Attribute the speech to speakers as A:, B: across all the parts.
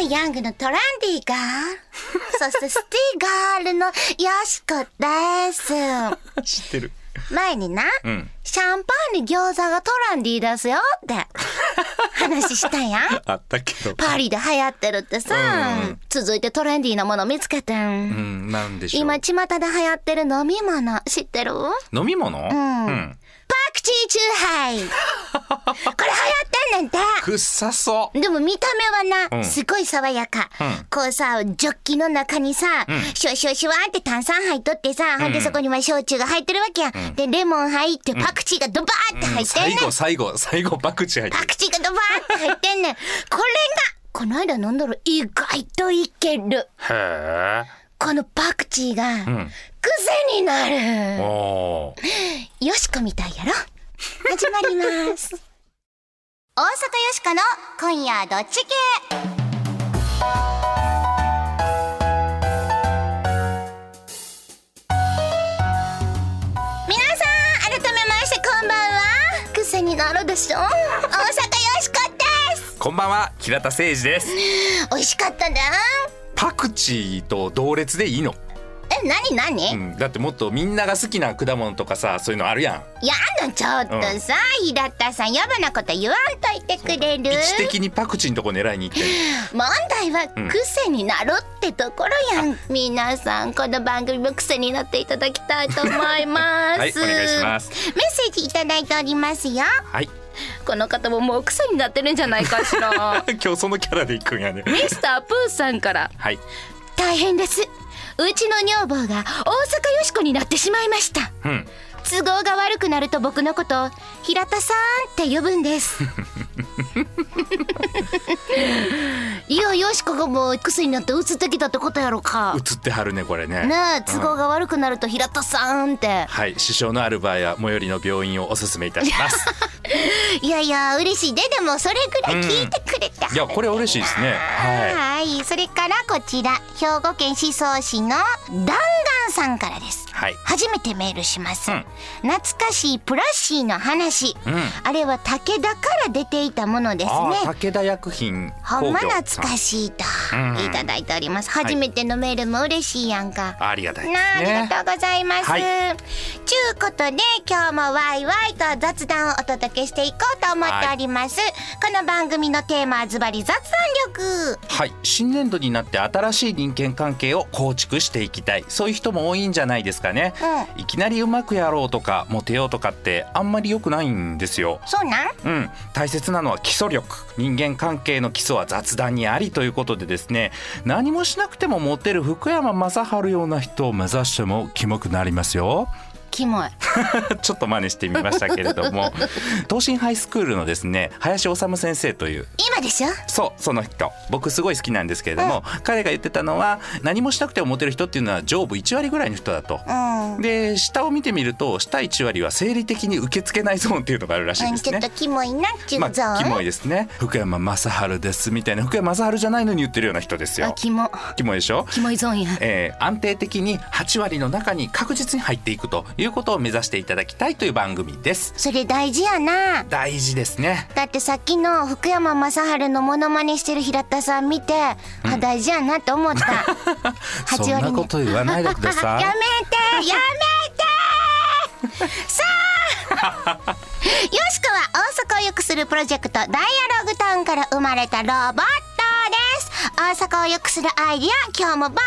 A: イヤングのトランディ が、そしてスティガールのヨシコです。
B: 知ってる。
A: 前にな、
B: ん
A: シャンパンに餃子がトランディーですよって話したやん。
B: あったけど。
A: パリで流行ってるってさ、続いてトレンディーなもの見つけて。
B: うんん、なんでしょう。
A: 今、巷で流行ってる飲み物、知ってる
B: 飲み物うん
A: パクチーチューハイこれ流行ってんねんて
B: くっさそ
A: でも見た目はな、
B: うん
A: すごい爽やか、
B: うん
A: こうさ、ジョッキの中にさ、シュワシュワシュワって炭酸入っとってさ、ほんでそこには焼酎が入ってるわけや。で、レモン入って、パクチーがドバーって
B: う。
A: 入ってんね
B: 最
A: ん。
B: 後、最後、最後、パクチー入って
A: パ
B: る。
A: クチーがドバーって入ってんねん。これが、この間飲んだら意外といける。
B: へ
A: このパクチーが、
B: ん
A: 癖にな
B: え。
A: る。
B: おー。
A: よしこみたいやろ始まります。 大阪よしこの今夜どっち系皆さん改めましてこんばんは癖になるでしょ大阪よしこです
B: こんばんは、平田誠二です。
A: 美味しかっただ
B: パクチーと同列でいいの。
A: え、なになに、
B: うん。だってもっとみんなが好きな果物とかさ、そういうのあるやん。
A: いやあのちょっとさ、平田さんやばなこと言わんといてくれる
B: 位置的にパクチーのとこ狙いに行ってる。
A: 問題は癖になるってところやん、皆さんこの番組も癖になっていただきたいと思います
B: はいお願いします
A: メッセージいただいておりますよ
B: はい。
A: この方ももう癖になってるんじゃないかし ら
B: 今日そのキャラで行くんやね。
C: ミスタープーさんから
B: はい。
A: 大変ですうちの女房が大阪よしこになってしまいました
B: うん。
A: 都合が悪くなると僕のことを平田さんって呼ぶんですいやよしこがもう癖になってうつってきたってことやろか
B: 映ってはるね、これね。
A: ねえ都合が悪くなると平田さんって、
B: はい、支障のある場合は最寄りの病院をおすすめいたし ます。
A: いやいや嬉しいででもそれぐらい聞いてくれた、
B: いや、これ嬉しいですね。は
A: はい、それからこちら兵庫県宍粟市の弾丸さんからです
B: い。はい。
A: 初めてメールします、
B: うん
A: 懐かしいプラッシーの話、
B: うん。
A: あれは武田から出ていたものです
B: ああ、
A: ね
B: 武田薬品工
A: ほん
B: 業
A: ま
B: さん。
A: 懐かしいと
B: うん
A: いただいております
B: い
A: 初めてのメールも嬉しいやんか、
B: ありがたいですね。
A: なあ、ありがとうございます。
B: は
A: ちゅうことで、今日もワイワイと雑談をお届けしていこうと思っております。この番組のテーマはズバリ雑談力。
B: はい、新年度になって新しい人間関係を構築していきたいそういう人も多いんじゃないですかね、いきなりうまくやろうとかモテようとかってあんまり良くないんですよ
A: そうなん
B: うん、大切なのは基礎力人間関係の基礎は雑談にありということでですね何もしなくてもモテる福山雅治ような人を目指してもキモくなりますよ
A: キモい。
B: ちょっと真似してみましたけれ ども東進ハイスクールのですね林修先生という
A: 今でしょ
B: そうその人僕すごい好きなんですけれども、彼が言ってたのは何もしなくてもモテる人っていうのは上部1割ぐらいの人だと。
A: うん。
B: で下を見てみると下1割は生理的に受け付けないゾーンっていうのがあるらしいん
A: うん
B: で
A: ち
B: す
A: ょっ
B: ね
A: と。キモいなっちゅう
B: ま
A: ゾー
B: あ、
A: ン。
B: キモいですね福山雅治ですみたいな福山雅治じゃないのに言ってるような人です
C: あ
B: よ
C: キモ
B: キモいでしょ
C: キモいゾーンや
B: えー安定的に8割の中に確実に入っていくということを目指していただきたいという番組です
A: それ大事やな。
B: 大事ですね
A: だってさっきの福山雅治のモノマネしてる平田さん見て、あ大事やなって 思った8
B: そ
A: 割
B: ん
A: ね
B: なこと言わないでくださ い
A: やめ てやめてさあよしこは大阪を良くするプロジェクトダイアログタウンから生まれたロボットです大阪を良くするアイディア今日もバンバ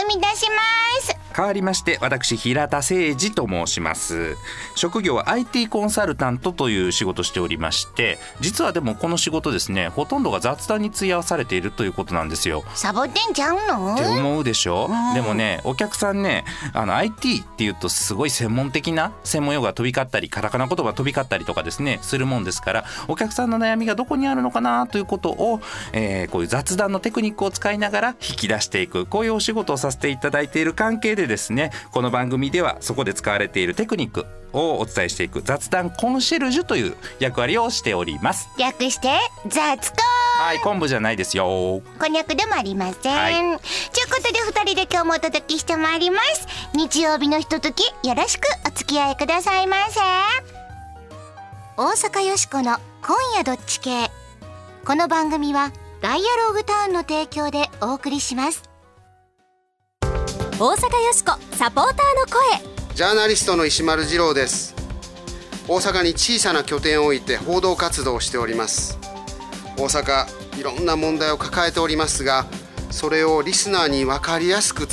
A: ン生み出します
B: 変わりまして私平田誠二と申します職業は IT コンサルタントという仕事をしておりまして実はでもこの仕事ですねほとんどが雑談に費やされているということなんですよ
A: サボってんちゃう
B: って
A: の
B: 思うでしょ、でもねお客さんねあの IT っていうとすごい専門的な専門用語が飛び交ったりカタカナ言葉が飛び交ったりとかですねするもんですからお客さんの悩みがどこにあるのかなということを、えーこういう雑談のテクニックを使いながら引き出していくこういうお仕事をさせていただいている関係でですねこの番組ではそこで使われているテクニックをお伝えしていく雑談コンシェルジュという役割をしております。
A: 略して雑コ
B: はい、昆布じゃないですよ。
A: こんにゃくでもありません。
B: はい
A: ということで二人で今日もお届けしてまいります。日曜日のひとときよろしくお付き合いくださいませ。大阪よしこの今夜どっち系。この番組はダイアローグタウンの提供でお送りします
D: 大阪よしこサポーターの声
E: ジャーナリストの石丸次郎です大阪に小さな拠点を置いて報道活動をしております大阪いろんな問題を抱えておりますがそれをリスナーに分かりやすく伝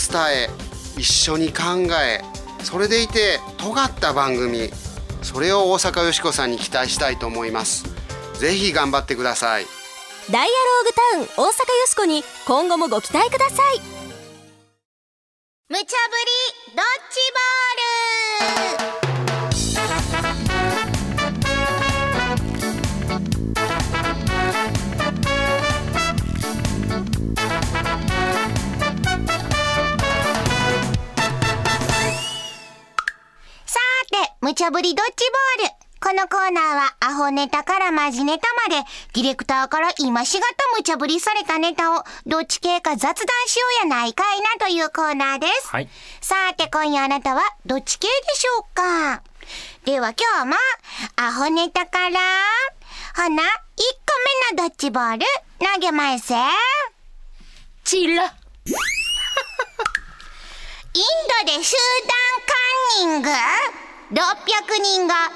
E: え一緒に考えそれでいて尖った番組それを大阪よしこさんに期待したいと思いますぜひ頑張ってください
D: ダイアローグタウン大阪よしこに今後もご期待ください
A: 無茶ぶりドッジボールさーて、無茶ぶりドッジボール。このコーナーはアホネタからマジネタまで、ディレクターから今しがた無茶ぶりされたネタを、どっち系か雑談しようやないかいなというコーナーです。
B: はい
A: さーて、今夜あなたはどっち系でしょうかでは今日も、アホネタから、ほな、1個目のドッジボール、投げまえせ。
C: チラ
A: インドで集団カンニング ?600 人が退学に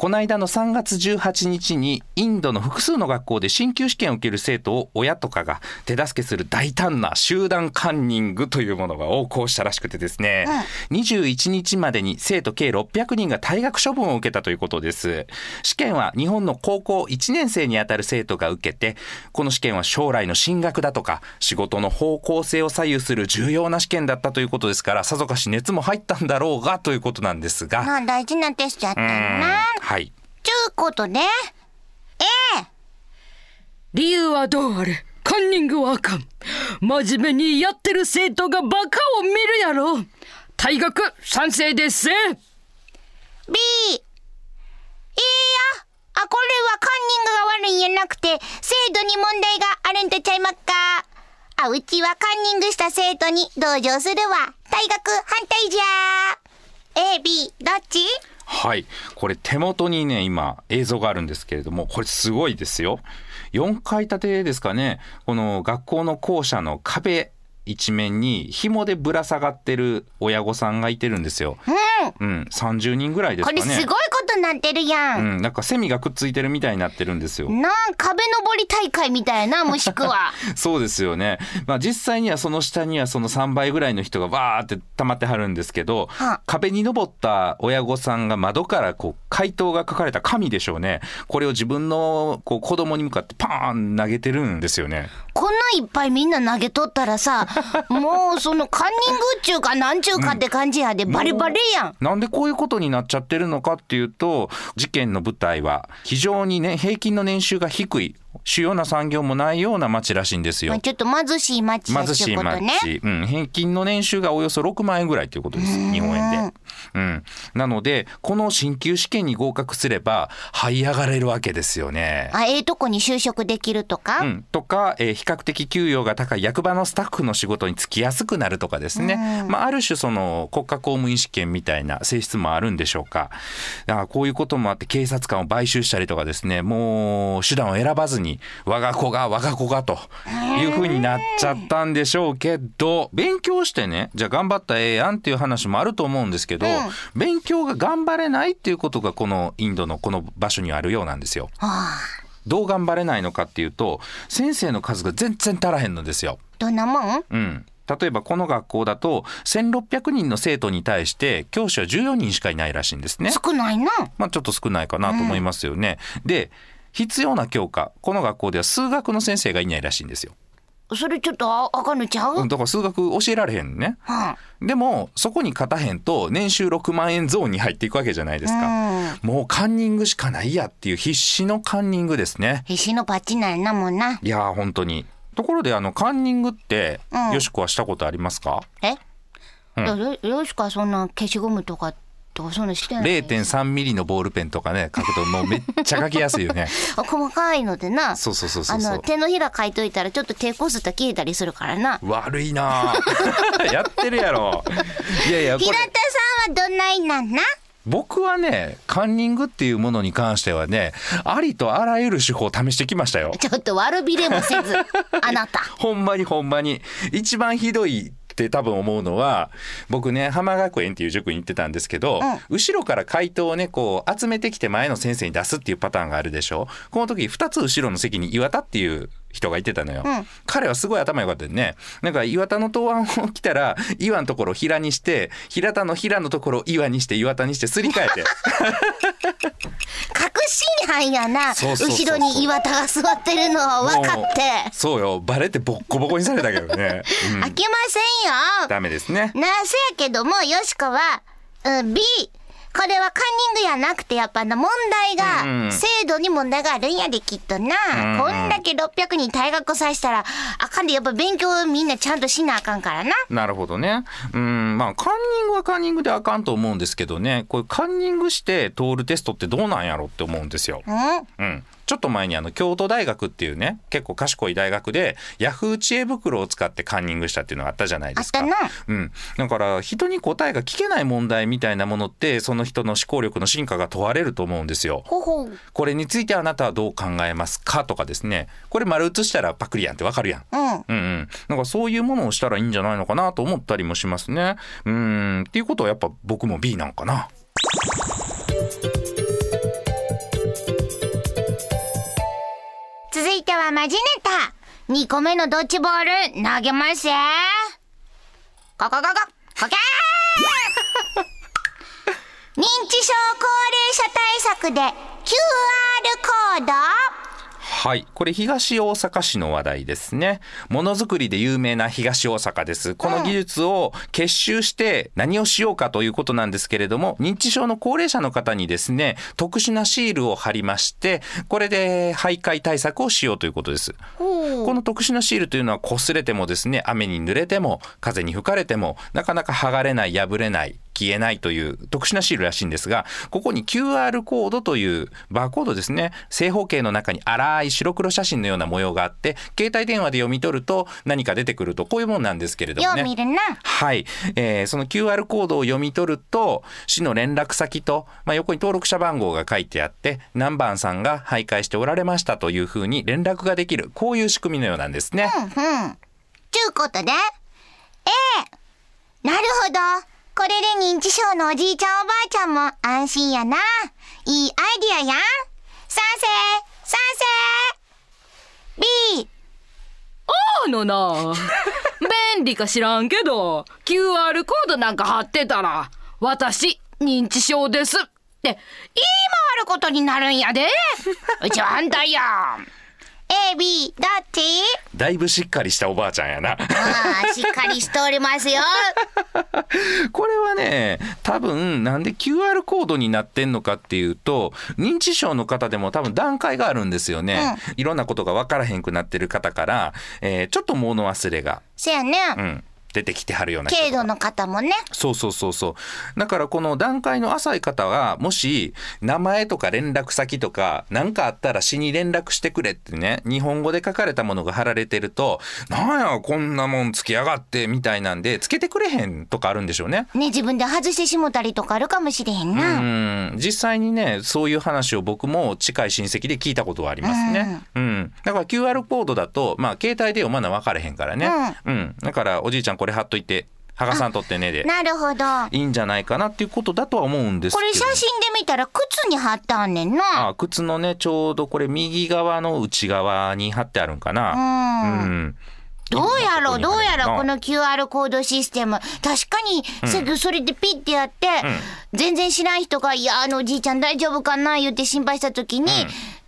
B: この間の3月18日にインドの複数の学校で進級試験を受ける生徒を親とかが手助けする大胆な集団カンニングというものが横行したらしくてですね、21日までに生徒計600人が退学処分を受けたということです試験は日本の高校1年生にあたる生徒が受けてこの試験は将来の進学だとか仕事の方向性を左右する重要な試験だったということですからさぞかし熱も入ったんだろうがということなんですが
A: まあ大事なテストやった
B: う
A: よ
B: ーん
A: な。
B: はい
A: ちゅうことで、A、
C: 理由はどうあれカンニングはあかん真面目にやってる生徒がバカを見るやろ退学賛成ですぜ
A: B、いいや、あ、これはカンニングが悪いんやなくて、制度に問題があるんとちゃいまっか。あ、うちはカンニングした生徒に同情するわ。退学反対じゃ A、B、どっち
B: はいこれ手元にね今映像があるんですけれどもこれすごいですよ4階建てですかねこの学校の校舎の壁一面に紐でぶら下がってる親御さんがいてるんですよ、
A: うん。
B: うん、30人ぐらいです
A: こ
B: かね
A: れすごいことになってるやん。
B: うん、なんかセミがくっついてるみたいになってるんですよ
A: なん壁登り大会みたいな、もしく は。
B: そうですよね。まあ実際にはその下にはその3倍ぐらいの人がわーって溜まってはるんですけど、
A: はあ
B: 壁に登った親御さんが窓からこう回答が書かれた紙でしょうね。これを自分のこう子供に向かってパーン投げてるんですよね。
A: こんないっぱいみんな投げとったらさ、もうそのカンニングっちゅうかなんちゅうかって感じやで、バレバレやん。
B: なんでこういうことになっちゃってるのかっていうと事件の舞台は非常にね平均の年収が低い主要な産業もないような町らしいんですよ
A: まあ、。ちょっと貧しい町だっ
B: 貧
A: ち
B: し
A: ゅ
B: いう
A: こと
B: 町、
A: ね。
B: うん、平均の年収がおよそ6万円ぐらいということです日本円で、うん、なのでこの進級試験に合格すれば這い上がれるわけですよね。
A: あ、ええとこに就職できるとか。
B: うん、とか、えー比較的給与が高い役場のスタッフの仕事に就きやすくなるとかですね、まあ、ある種その国家公務員試験みたいな性質もあるんでしょうかだからこういうこともあって警察官を買収したりとかですねもう手段を選ばずに我が子が我が子がというふうになっちゃったんでしょうけど勉強してねじゃあ頑張ったらええやんっていう話もあると思うんですけど、勉強が頑張れないっていうことがこのインドのこの場所にはあるようなんですよ。
A: はあ、
B: どう頑張れないのかっていうと先生の数が全然足らへんのですよ。
A: どんなもん
B: うん例えばこの学校だと1,600人の生徒に対して教師は14人しかいないらしいんですね。
A: 少ないな。
B: まあちょっと少ないかなと思いますよね。で必要な教科この学校では数学の先生がいないらしいんですよ。
A: それちょっとああかんのちゃう、
B: うんだから数学教えられへんね。
A: はあ
B: でもそこに勝たへんと年収6万円ゾーンに入っていくわけじゃないですか。もうカンニングしかないやっていう必死のカンニングですね。
A: 必死のパッチなんやなもんな。
B: いやー本当に。ところであのカンニングって、
A: うん
B: よしこはしたことありますか
A: え、
B: うん
A: よよしかそんな消しゴムとかとかそんなしてない。
B: ?0.3 ミリのボールペンとかね書くともうめっちゃ書きやすいよね。
A: あ細かいのでな。
B: そうそうそうそ
A: あ
B: うそ
A: の
B: う。
A: 手のひら書いといたらちょっと手こすったら消えたりするからな。
B: 悪い なーやってるやろ。いやいやこ
A: 平田さ
B: れ
A: んはどないなんな
B: 僕はねカンニングっていうものに関してはねありとあらゆる手法を試してきましたよ。
A: ちょっと悪びれもせ ずあなた
B: ほんまにほんまに一番ひどいって多分思うのは僕ね浜学園っていう塾に行ってたんですけど、後ろから回答をねこう集めてきて前の先生に出すっていうパターンがあるでしょこの時2つ後ろの席に岩田っていう人がいてたのよ、彼はすごい頭良かったよねなんか岩田の答案を来たら岩のところを平にして平田の平のところを岩にして岩田にしてすり替えて
A: 確信犯やな
B: そうそうそうそ
A: 後ろ
B: う
A: に岩田が座ってるのは 分かって
B: もうそうよバレてボッコボコにされたけどね、うん
A: 開けませんよ
B: ダメですね
A: なせやけども、よしこは、うん B。これはカンニングやなくて、やっぱな、問題
B: うんう
A: が、
B: ん
A: 制度に問題があるんやで、きっとな。
B: ん
A: こんだけ600人退学させたら、あかんで、やっぱ勉強みんなちゃんとしなあかんからな。
B: なるほどね。うん、まあ、カンニングはカンニングであかんと思うんですけどね、これカンニングして通るテストってどうなんやろって思うんですよ。
A: うん
B: うん。ちょっと前にあの、京都大学っていうね、結構賢い大学で、ヤフー知恵袋を使ってカンニングしたっていうのがあったじゃないですか。
A: あったな
B: うん。だから、人に答えが聞けない問題みたいなものって、その人の思考力の進化が問われると思うんですよ。
A: ほほう。
B: これについてあなたはどう考えますかとかですね。これ丸写したらパクリやんってわかるやん。
A: うん。
B: うんうん、なんかそういうものをしたらいいんじゃないのかなと思ったりもしますね。うーんっていうことはやっぱ僕も B なんかな。
A: 続いては、マジネタ。2個目のドッジボール、投げますよ。ここここ、こけー 認知症高齢者対策で QR コード
B: はいこれ東大阪市の話題ですね。ものづくりで有名な東大阪です。この技術を結集して何をしようかということなんですけれども認知症の高齢者の方にですね特殊なシールを貼りましてこれで徘徊対策をしようということです。この特殊なシールというのは擦れてもですね雨に濡れても風に吹かれてもなかなか剥がれない破れない消えないという特殊なシールらしいんですがここに QR コードというバーコードですね正方形の中に荒い白黒写真のような模様があって携帯電話で読み取ると何か出てくるとこういうものなんですけれども
A: よう
B: ね。
A: 見るな。
B: はい、えーその QR コードを読み取ると市の連絡先と、まあ、横に登録者番号が書いてあって何番さんが徘徊しておられましたというふうに連絡ができるこういう仕組みのようなんですね。
A: うん。ちゅうことで、A。なるほど。これで認知症のおじいちゃんおばあちゃんも安心やな。いいアイディアやん。賛成賛成 !B。
C: あの な便利か知らんけど QR コードなんか貼ってたら「私認知症です」って言い回ることになるんや でうちは反対や
A: A、B、どっち
B: だいぶしっかりしたおばあちゃんやな。
A: ああ、しっかりしておりますよ。
B: これはね多分なんで QR コードになってんのかっていうと認知症の方でも多分段階があるんですよね。いろんなことが分からへんくなってる方から、えーちょっと物忘れが、
A: せやね。
B: うん、出てきてはるような人
A: 軽度の方もね。
B: そうそうそうそう。だからこの段階の浅い方は、もし、名前とか連絡先とか、何かあったら市に連絡してくれってね、日本語で書かれたものが貼られてると、なんや、こんなもんつきやがって、みたいなんで、つけてくれへんとかあるんでしょうね。
A: ね、自分で外してしもたりとかあるかもしれへん
B: う
A: な。
B: ん、実際にねそういう話を僕も近い親戚で聞いたことはありますね、うんだから QR コードだと、まあ、携帯で読まな分かれへんからね、うんだからおじいちゃんこれ貼っといて剥がさんとってねで
A: なるほど。
B: いいんじゃないかなっていうことだとは思うんです
A: こ
B: けど
A: れ写真で見たら靴に貼ったんねんな。
B: あ靴のねちょうどこれ右側の内側に貼ってあるんかなうん、
A: どうやろう、
B: いろ
A: ど
B: ん
A: う
B: なとこ
A: や
B: に貼れるな
A: らこの QR コードシステム。確かに、さっきそれでピッてやって、全然知らん人が、いや、あのおじいちゃん大丈夫かな言って心配した時に、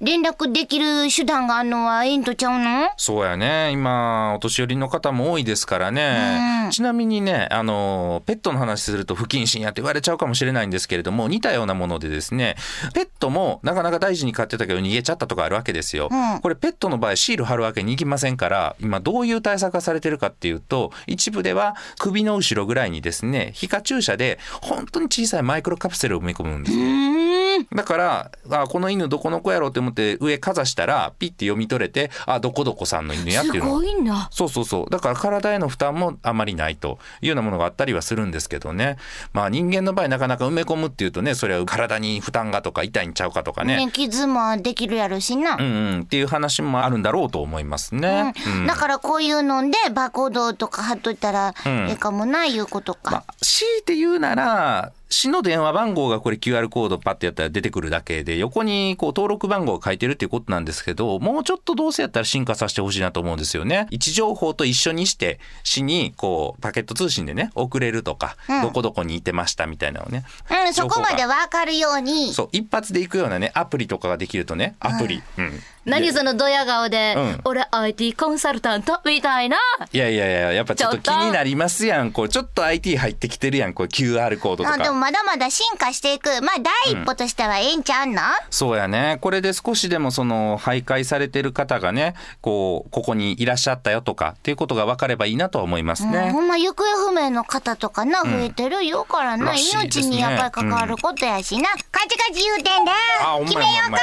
A: 連絡できる手段があんのはええんとちゃうの
B: そうやね今お年寄りの方も多いですからね、ちなみにねあのペットの話すると不謹慎やって言われちゃうかもしれないんですけれども似たようなものでですねペットもなかなか大事に飼ってたけど逃げちゃったとかあるわけですよ、これペットの場合シール貼るわけにいきませんから今どういう対策がされてるかっていうと一部では首の後ろぐらいにですね皮下注射で本当に小さいマイクロカプセルを埋め込むんですね
C: うん
B: だからあこの犬どこの子やろうって思って上かざしたらピッて読み取れてあどこどこさんの犬やって
C: す
B: いうの
C: ごいな。
B: そうそうそうだから体への負担もあまりないというようなものがあったりはするんですけどねまあ人間の場合なかなか埋め込むっていうとねそれは体に負担がとか痛いんちゃうかとかね
A: ね、傷もできるやろしな。
B: うんうんっていう話もあるんだろうと思いますね。
A: うん、だからこういうのんでバーコードとか貼っといたらええかもないうことか、
B: まあ、強いて言うなら、市の電話番号がこれ QR コードパッてやったら出てくるだけで、横にこう登録番号が書いてるっていうことなんですけど、もうちょっとどうせやったら進化させてほしいなと思うんですよね。位置情報と一緒にして、市にこうパケット通信でね、送れるとか、
A: ん
B: どこどこにいてましたみたいなのをね。
A: うん、そこまでわかるように
B: そう、一発で行くようなね、アプリとかができるとね、アプリ。うん。
C: 何そのドヤ顔で、
B: うん
C: 俺 IT コンサルタントみたいな。
B: いやいやいや、やっぱちょっと気
C: ちょっと
B: になりますやん。こう、ちょっと IT 入ってきてるやん。こう QR コードと
A: あ
B: か。
A: でもまだまだ進化していくまあ第一歩としてはええんちゃうの、
B: そうやね。これで少しでもその徘徊されてる方がね、こう、ここにいらっしゃったよとかっていうことが分かればいいなとは思います
A: うん
B: ね
A: ほ。んま行方不明の方とかな増えてるよからな、
B: らしいです
A: 命
B: ね
A: にやっぱり関わることやしな、カチカチ言うてんで
B: あ、お
A: 決
B: 前
A: めよ
B: お前。
A: う、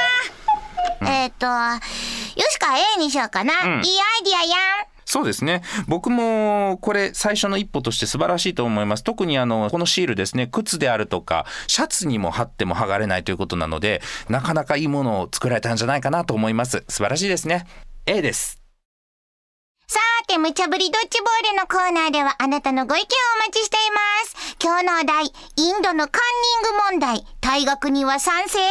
A: えっ、とよしか A にしようかな、
B: う
A: いい
B: ん
A: アイディアやん
B: そうですね。僕もこれ最初の一歩として素晴らしいと思います。特にあの、このシールですね、靴であるとか、シャツにも貼っても剥がれないということなので、なかなかいいものを作られたんじゃないかなと思います。素晴らしいですね。A です。
A: さーて、無茶ぶりドッジボールのコーナーではあなたのご意見をお待ちしています。今日のお題、インドのカンニング問題、退学には賛成反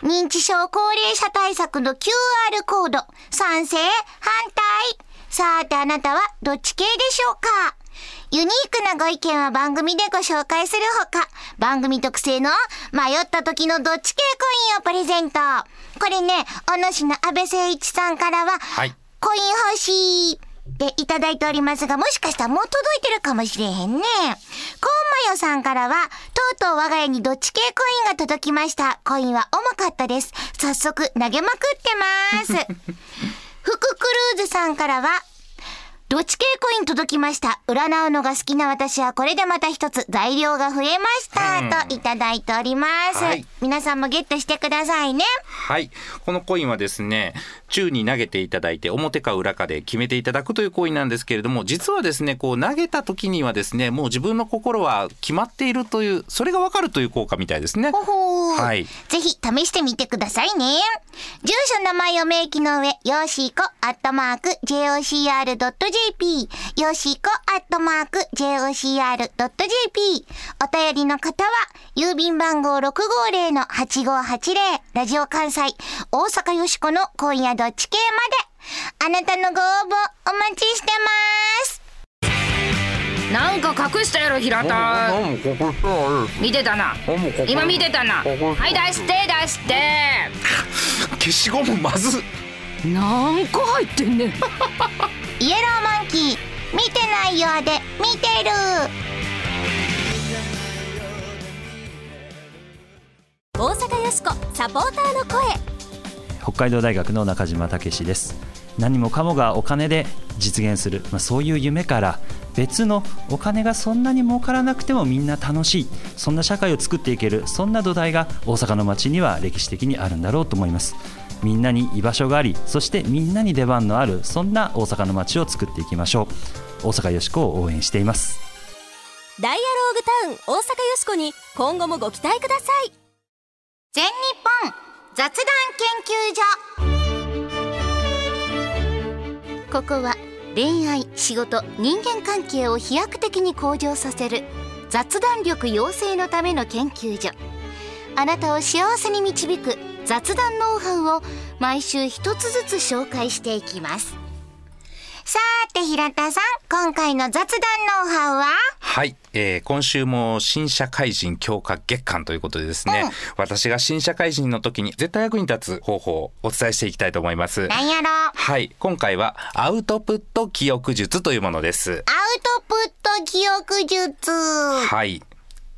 A: 対認知症高齢者対策の QR コード、賛成反対さーて、あなたはどっち系でしょうかユニークなご意見は番組でご紹介するほか、番組特製の迷った時のどっち系コインをプレゼント。これね、お主の安部誠一さんからは、
B: はい
A: コイン欲しいっていただいておりますが、もしかしたらもう届いてるかもしれへんね。コーンマヨさんからは、とうとう我が家にどっち系コインが届きました。コインは重かったです。早速投げまくって ます。福クルーズさんからは、どっち系コイン届きました。占うのが好きな私はこれでまた一つ材料が増えました。といただいております、
B: はい
A: 皆さんもゲットしてくださいね。
B: はい。このコインはですね、宙に投げていただいて、表か裏かで決めていただくというコインなんですけれども、実はですね、こう投げた時にはですね、もう自分の心は決まっているという、それがわかるという効果みたいですね。
A: ほほー。
B: はい
A: ぜひ試してみてくださいね。住所名前を明記の上、よーしーこ、アットマーク、jocr.jp。よーしーこ、アットマーク、jocr.jp。お便りの方は、郵便番号650-8580。ラジオ関西、大阪よしこの今夜どっち系まで。あなたのご応募、お待ちしてます。
C: なんか隠したやろ平田。見てたな。今見てたな。はい出して出して。
B: 消しゴムまずっ
C: 何個入ってんねん。
A: イエローマンキー、見てないようで、見てる。
D: 大阪よしこサポーターの声
F: 北海道大学の中島武史です何もかもがお金で実現する、まあ、そういう夢から別のお金がそんなに儲からなくてもみんな楽しいそんな社会を作っていけるそんな土台が大阪の街には歴史的にあるんだろうと思いますみんなに居場所がありそしてみんなに出番のあるそんな大阪の街を作っていきましょう大阪よしこを応援しています
D: ダイアローグタウン大阪よしこに今後もご期待ください
A: 全日本雑談研究所ここは恋愛仕事人間関係を飛躍的に向上させる雑談力養成のための研究所あなたを幸せに導く雑談ノウハウを毎週一つずつ紹介していきますさーて平田さん今回の雑談ノウハウは
B: はい、えー今週も新社会人強化月間ということでですね、
A: うん
B: 私が新社会人の時に絶対役に立つ方法をお伝えしていきたいと思います。
A: なんやろアウ
B: はい、今回はアウトプット記憶術というものです。
A: トプット記憶術
B: はい。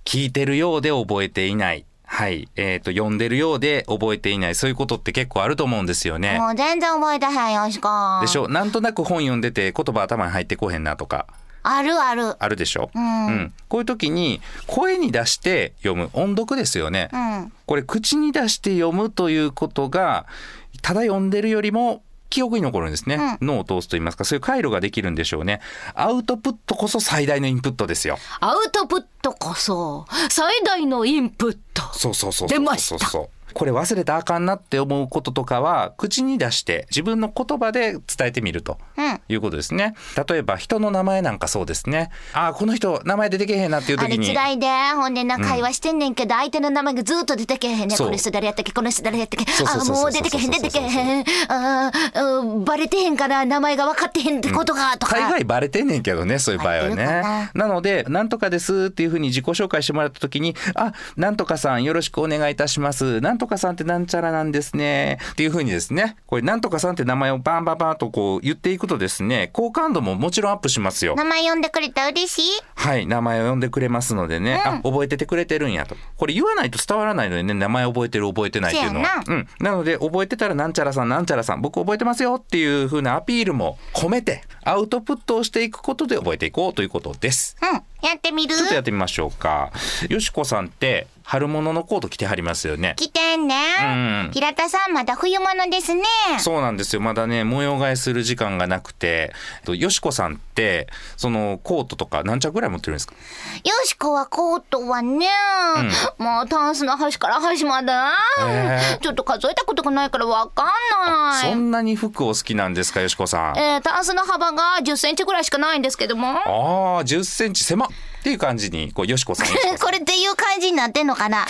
B: 聞いてるようで覚えていない。はい。えっ、と、読んでるようで覚えていない。そういうことって結構あると思うんですよね。
A: もう全然覚えてへんよしこ
B: でしょなんとなく本読んでて言葉頭に入ってこへんなとか。
A: あるある。
B: あるでしょ、
A: うん
B: こういう時に声に出して読む音読ですよね、
A: うん。
B: これ口に出して読むということがただ読んでるよりも記憶に残るんですね、脳を通すと言いますかそういう回路ができるんでしょうねアウトプットこそ最大のインプットですよ
C: アウトプットこそ最大のインプット
B: そうそうそう
C: 出
B: そう
C: ま
B: そう
C: した
B: そうこれ忘れたらあかんなって思うこととかは口に出して自分の言葉で伝えてみると
A: うん。
B: いうことですね例えば人の名前なんかそうですねあーこの人名前出てけへんなっていう
A: あれ
B: 時に
A: 違いで、ほんでな、会話してんねんけど、相手の名前がずっと出てけへんねん。
B: そう
A: この人誰やったっけこの人誰やったっけ
B: そうそう
A: あ、
B: そうそう
A: もう出てけへん、出てけへん。あーうんバレてへんから名前が分かってへんってことか、とか。
B: 大概バレてんねんけどねそういう場合は
A: バレてる
B: ね
A: か
B: なので「なんとかです」っていうふうに自己紹介してもらった時に「あなんとかさんよろしくお願いいたします」「なんとかさんってなんちゃらなんですね」っていうふうにですねこれ「なんとかさん」って名前をバンバンバンとこう言っていくとですね好感度ももちろんアップしますよ
A: 名前呼んでくれたら嬉しい
B: はい名前を呼んでくれますのでね、あ覚えててくれてるんやとこれ言わないと伝わらないのでね名前覚えてる覚えてないっていうのは
A: せ
B: うん、なので覚えてたらなんちゃらさんなんちゃらさん僕覚えてますよっていう風なアピールも込めてアウトプットをしていくことで覚えていこうということです
A: うん。やってみる
B: ちょっとやってみましょうかよしこさんって春物のコート着てはりますよね
A: 来てんね
B: うん
A: ん。平田さん、まだ冬物ですね。
B: そうなんですよまだね模様替えする時間がなくてえっとよしこさんってそのコートとか何着ぐらい持ってるんですか
A: よしこはコートはね、もうタンスの端から端まで、
B: へー
A: ちょっと数えたことがないからわか
B: そ
A: んない。
B: んなに服お好きなんですかよしこさん
A: えー、タンスの幅が10センチぐらいしかないんですけども。
B: ああ、10センチ狭っっていう感じに、こう、よしこさん。よしこさ
A: これっていう感じになってんの かな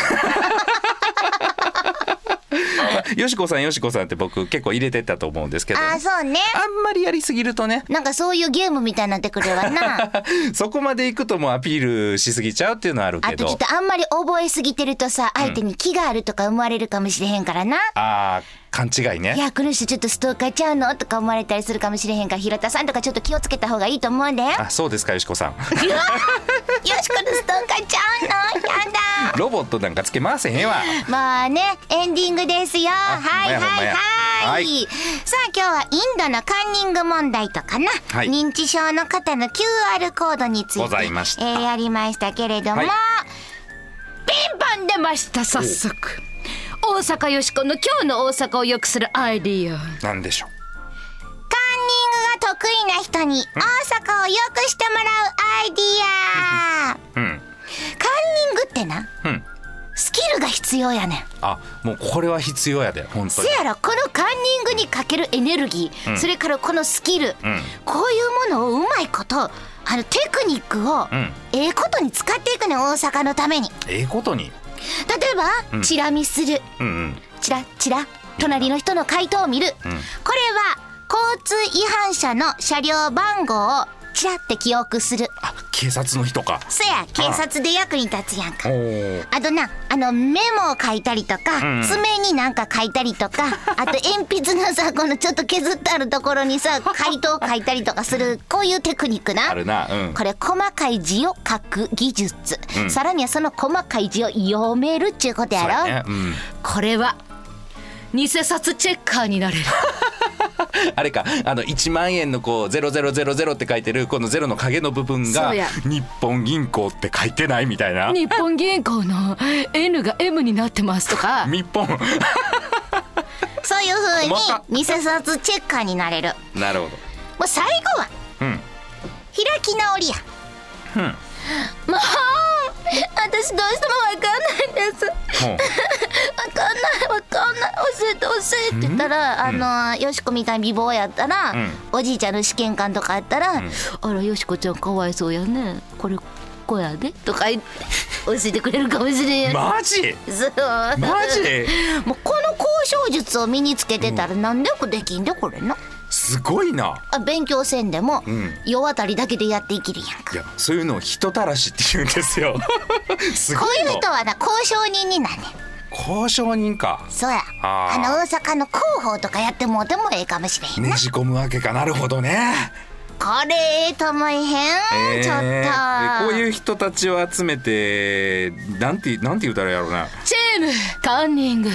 B: ん、 よしこさん、よしこさんって僕結構入れてったと思うんですけど。
A: あー、
B: あ
A: そうね。
B: んまりやりすぎるとね、
A: なんかそういうゲームみたいになってくるわ な。
B: そこまで行くともうアピールしすぎちゃうっていうのはある
A: あ
B: け
A: とちょっ
B: ど。
A: とあんまり覚えすぎてるとさ、相手に気があるとか思われるかもしれへんからな。
B: ああ、勘違い
A: い
B: ね。
A: や、この人ちょっとストーカーちゃうのとか思われたりするかもしれへんから、平田さんとかちょっと気をつけた方がいいと思うんだよ。
B: あ、そうですか、よし こさん。
A: よしこのストーカーちゃうのやだ
B: ロボットなんかつけ回せへ んわ。
A: もうねエンディングですよはい
B: ほんま
A: はいは
B: やほんまやはいい
A: さあ今日はインドのカンニング問題とかな、
B: はい
A: 認知症の方の QR コードについて
B: ございました
A: えーやりましたけれども、
B: はい
C: ピンポン出ました早速大阪よしこの今日の大阪を良くするアイディア
B: なんでしょ
A: カンニングが得意な人に大阪を良くしてもらうアイディア、
B: う。うん。
A: カンニングってな
B: うん。
A: スキルが必要やねん
B: あ、もうこれは必要やで、本
A: せ
B: 当に。
A: やろこのカンニングにかけるエネルギー、それからこのスキル、こういうものをうまいことあのテクニックを、
B: ん
A: ええことに使っていくねん大阪のために
B: ええことに。
A: 例えば、チラ見する
B: うんうん。
A: チラチラ隣の人の回答を見る、これは交通違反者の車両番号をチラって記憶する
B: あ、警察の人か。
A: そや警察で役に立つやんか
B: おお。
A: あとなあのメモを書いたりとか、爪になんか書いたりと かあと鉛筆のさこのちょっと削ってあるところに さ回答書いたりとかするこういうテクニックな
B: あるな。うん。
A: これ細かい字を書く技術、さらにはその細かい字を読めるっちゅうことや
B: そう
A: ろ
B: やね。うん。
C: これは偽札チェッカーになれる
B: あれかあの1万円のこう0000って書いてるこのゼロの影の部分が
C: そうや
B: 日本銀行って書いてないみたいな
C: 日本銀行の N が M になってますと か
B: 日本
A: そういう風
B: 細か
A: に偽札チェッカーになれる
B: なるほ
A: もう最後は
B: どうん
A: 開き直りやうんもう私どうしてもわかんないです
B: ほう
A: わかんないわかんない教えて教えてって言ったら、あのよしこみたいに美貌やったら、
B: ん
A: おじいちゃんの試験官とかやったら、あらよしこちゃんかわいそうやねこれこやでとか言って教えてくれるかもしれんやん、
B: マジ
A: そう
B: マジ
A: もうこの交渉術を身につけてたらなんでよくできんでこれな
B: すごいな
A: あ勉強せんでも、
B: ん
A: 世渡りだけでやっていけるやんか
B: いやそういうのを人たらしって言うんですよすご
A: こ
B: いうの
A: いう人はな交渉人になんねん
B: 交渉人か
A: そうや
B: あ
A: あ
B: ー
A: の大阪の広報とかやってもうてもええかもしれへんな
B: ねじ込むわけかなるほどね、
A: これええと思えへん、
B: えー
A: ちょっと
B: こういう人たちを集めてなんてなんて言うたらいいやろうな
C: チームカンニング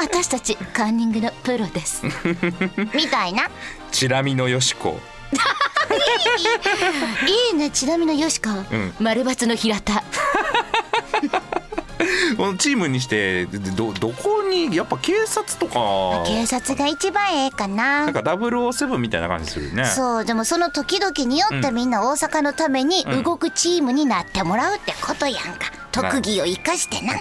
A: 私たち カンニングのプロですみたいな
B: チラ見のよしこ
A: いいねちなみによしか、
B: うん
A: 丸抜の平田
B: このチームにしてどどこにやっぱ警察とか
A: 警察が一番ええか
B: な
A: なん
B: か007みたいな感じするね
A: そうでもその時々によってみんな大阪のために動くチームになってもらうってことやんか特技を生かしてな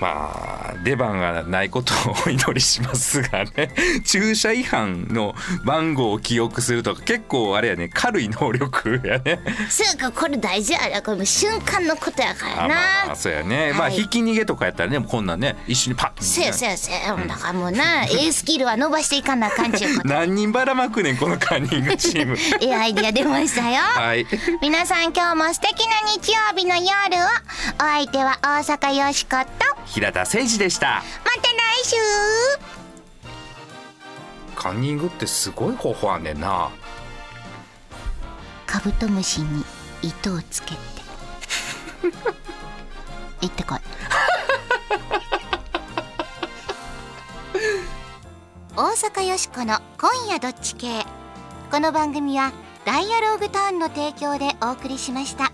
B: まあ出番がないことをお祈りしますがね 駐車違反の番号を記憶するとか結構あれやね軽い能力やね
A: すぐこれ大事やなこれもう瞬間のことやから
B: あ
A: な
B: まあまあそうやね、まあ
A: はい
B: 引き逃げとかやったらねこんなんね一緒にパッ
A: せやせやせやだからもうな A スキルは伸ばしていかなあかんちゅう こと
B: 何人ばらまくねんこのカンニングチ ーム
A: ええアイディア出ましたよ
B: はい
A: 皆さん今日も素敵な日曜日の夜をお相手は大阪よしことまた
B: 平田誠二でした
A: 来週
B: カンニングってすごい方法あんねんな
A: カブトムシに糸をつけて 行ってこい大阪よしこの「今夜どっち系」この番組は「ダイアローグターン」の提供でお送りしました。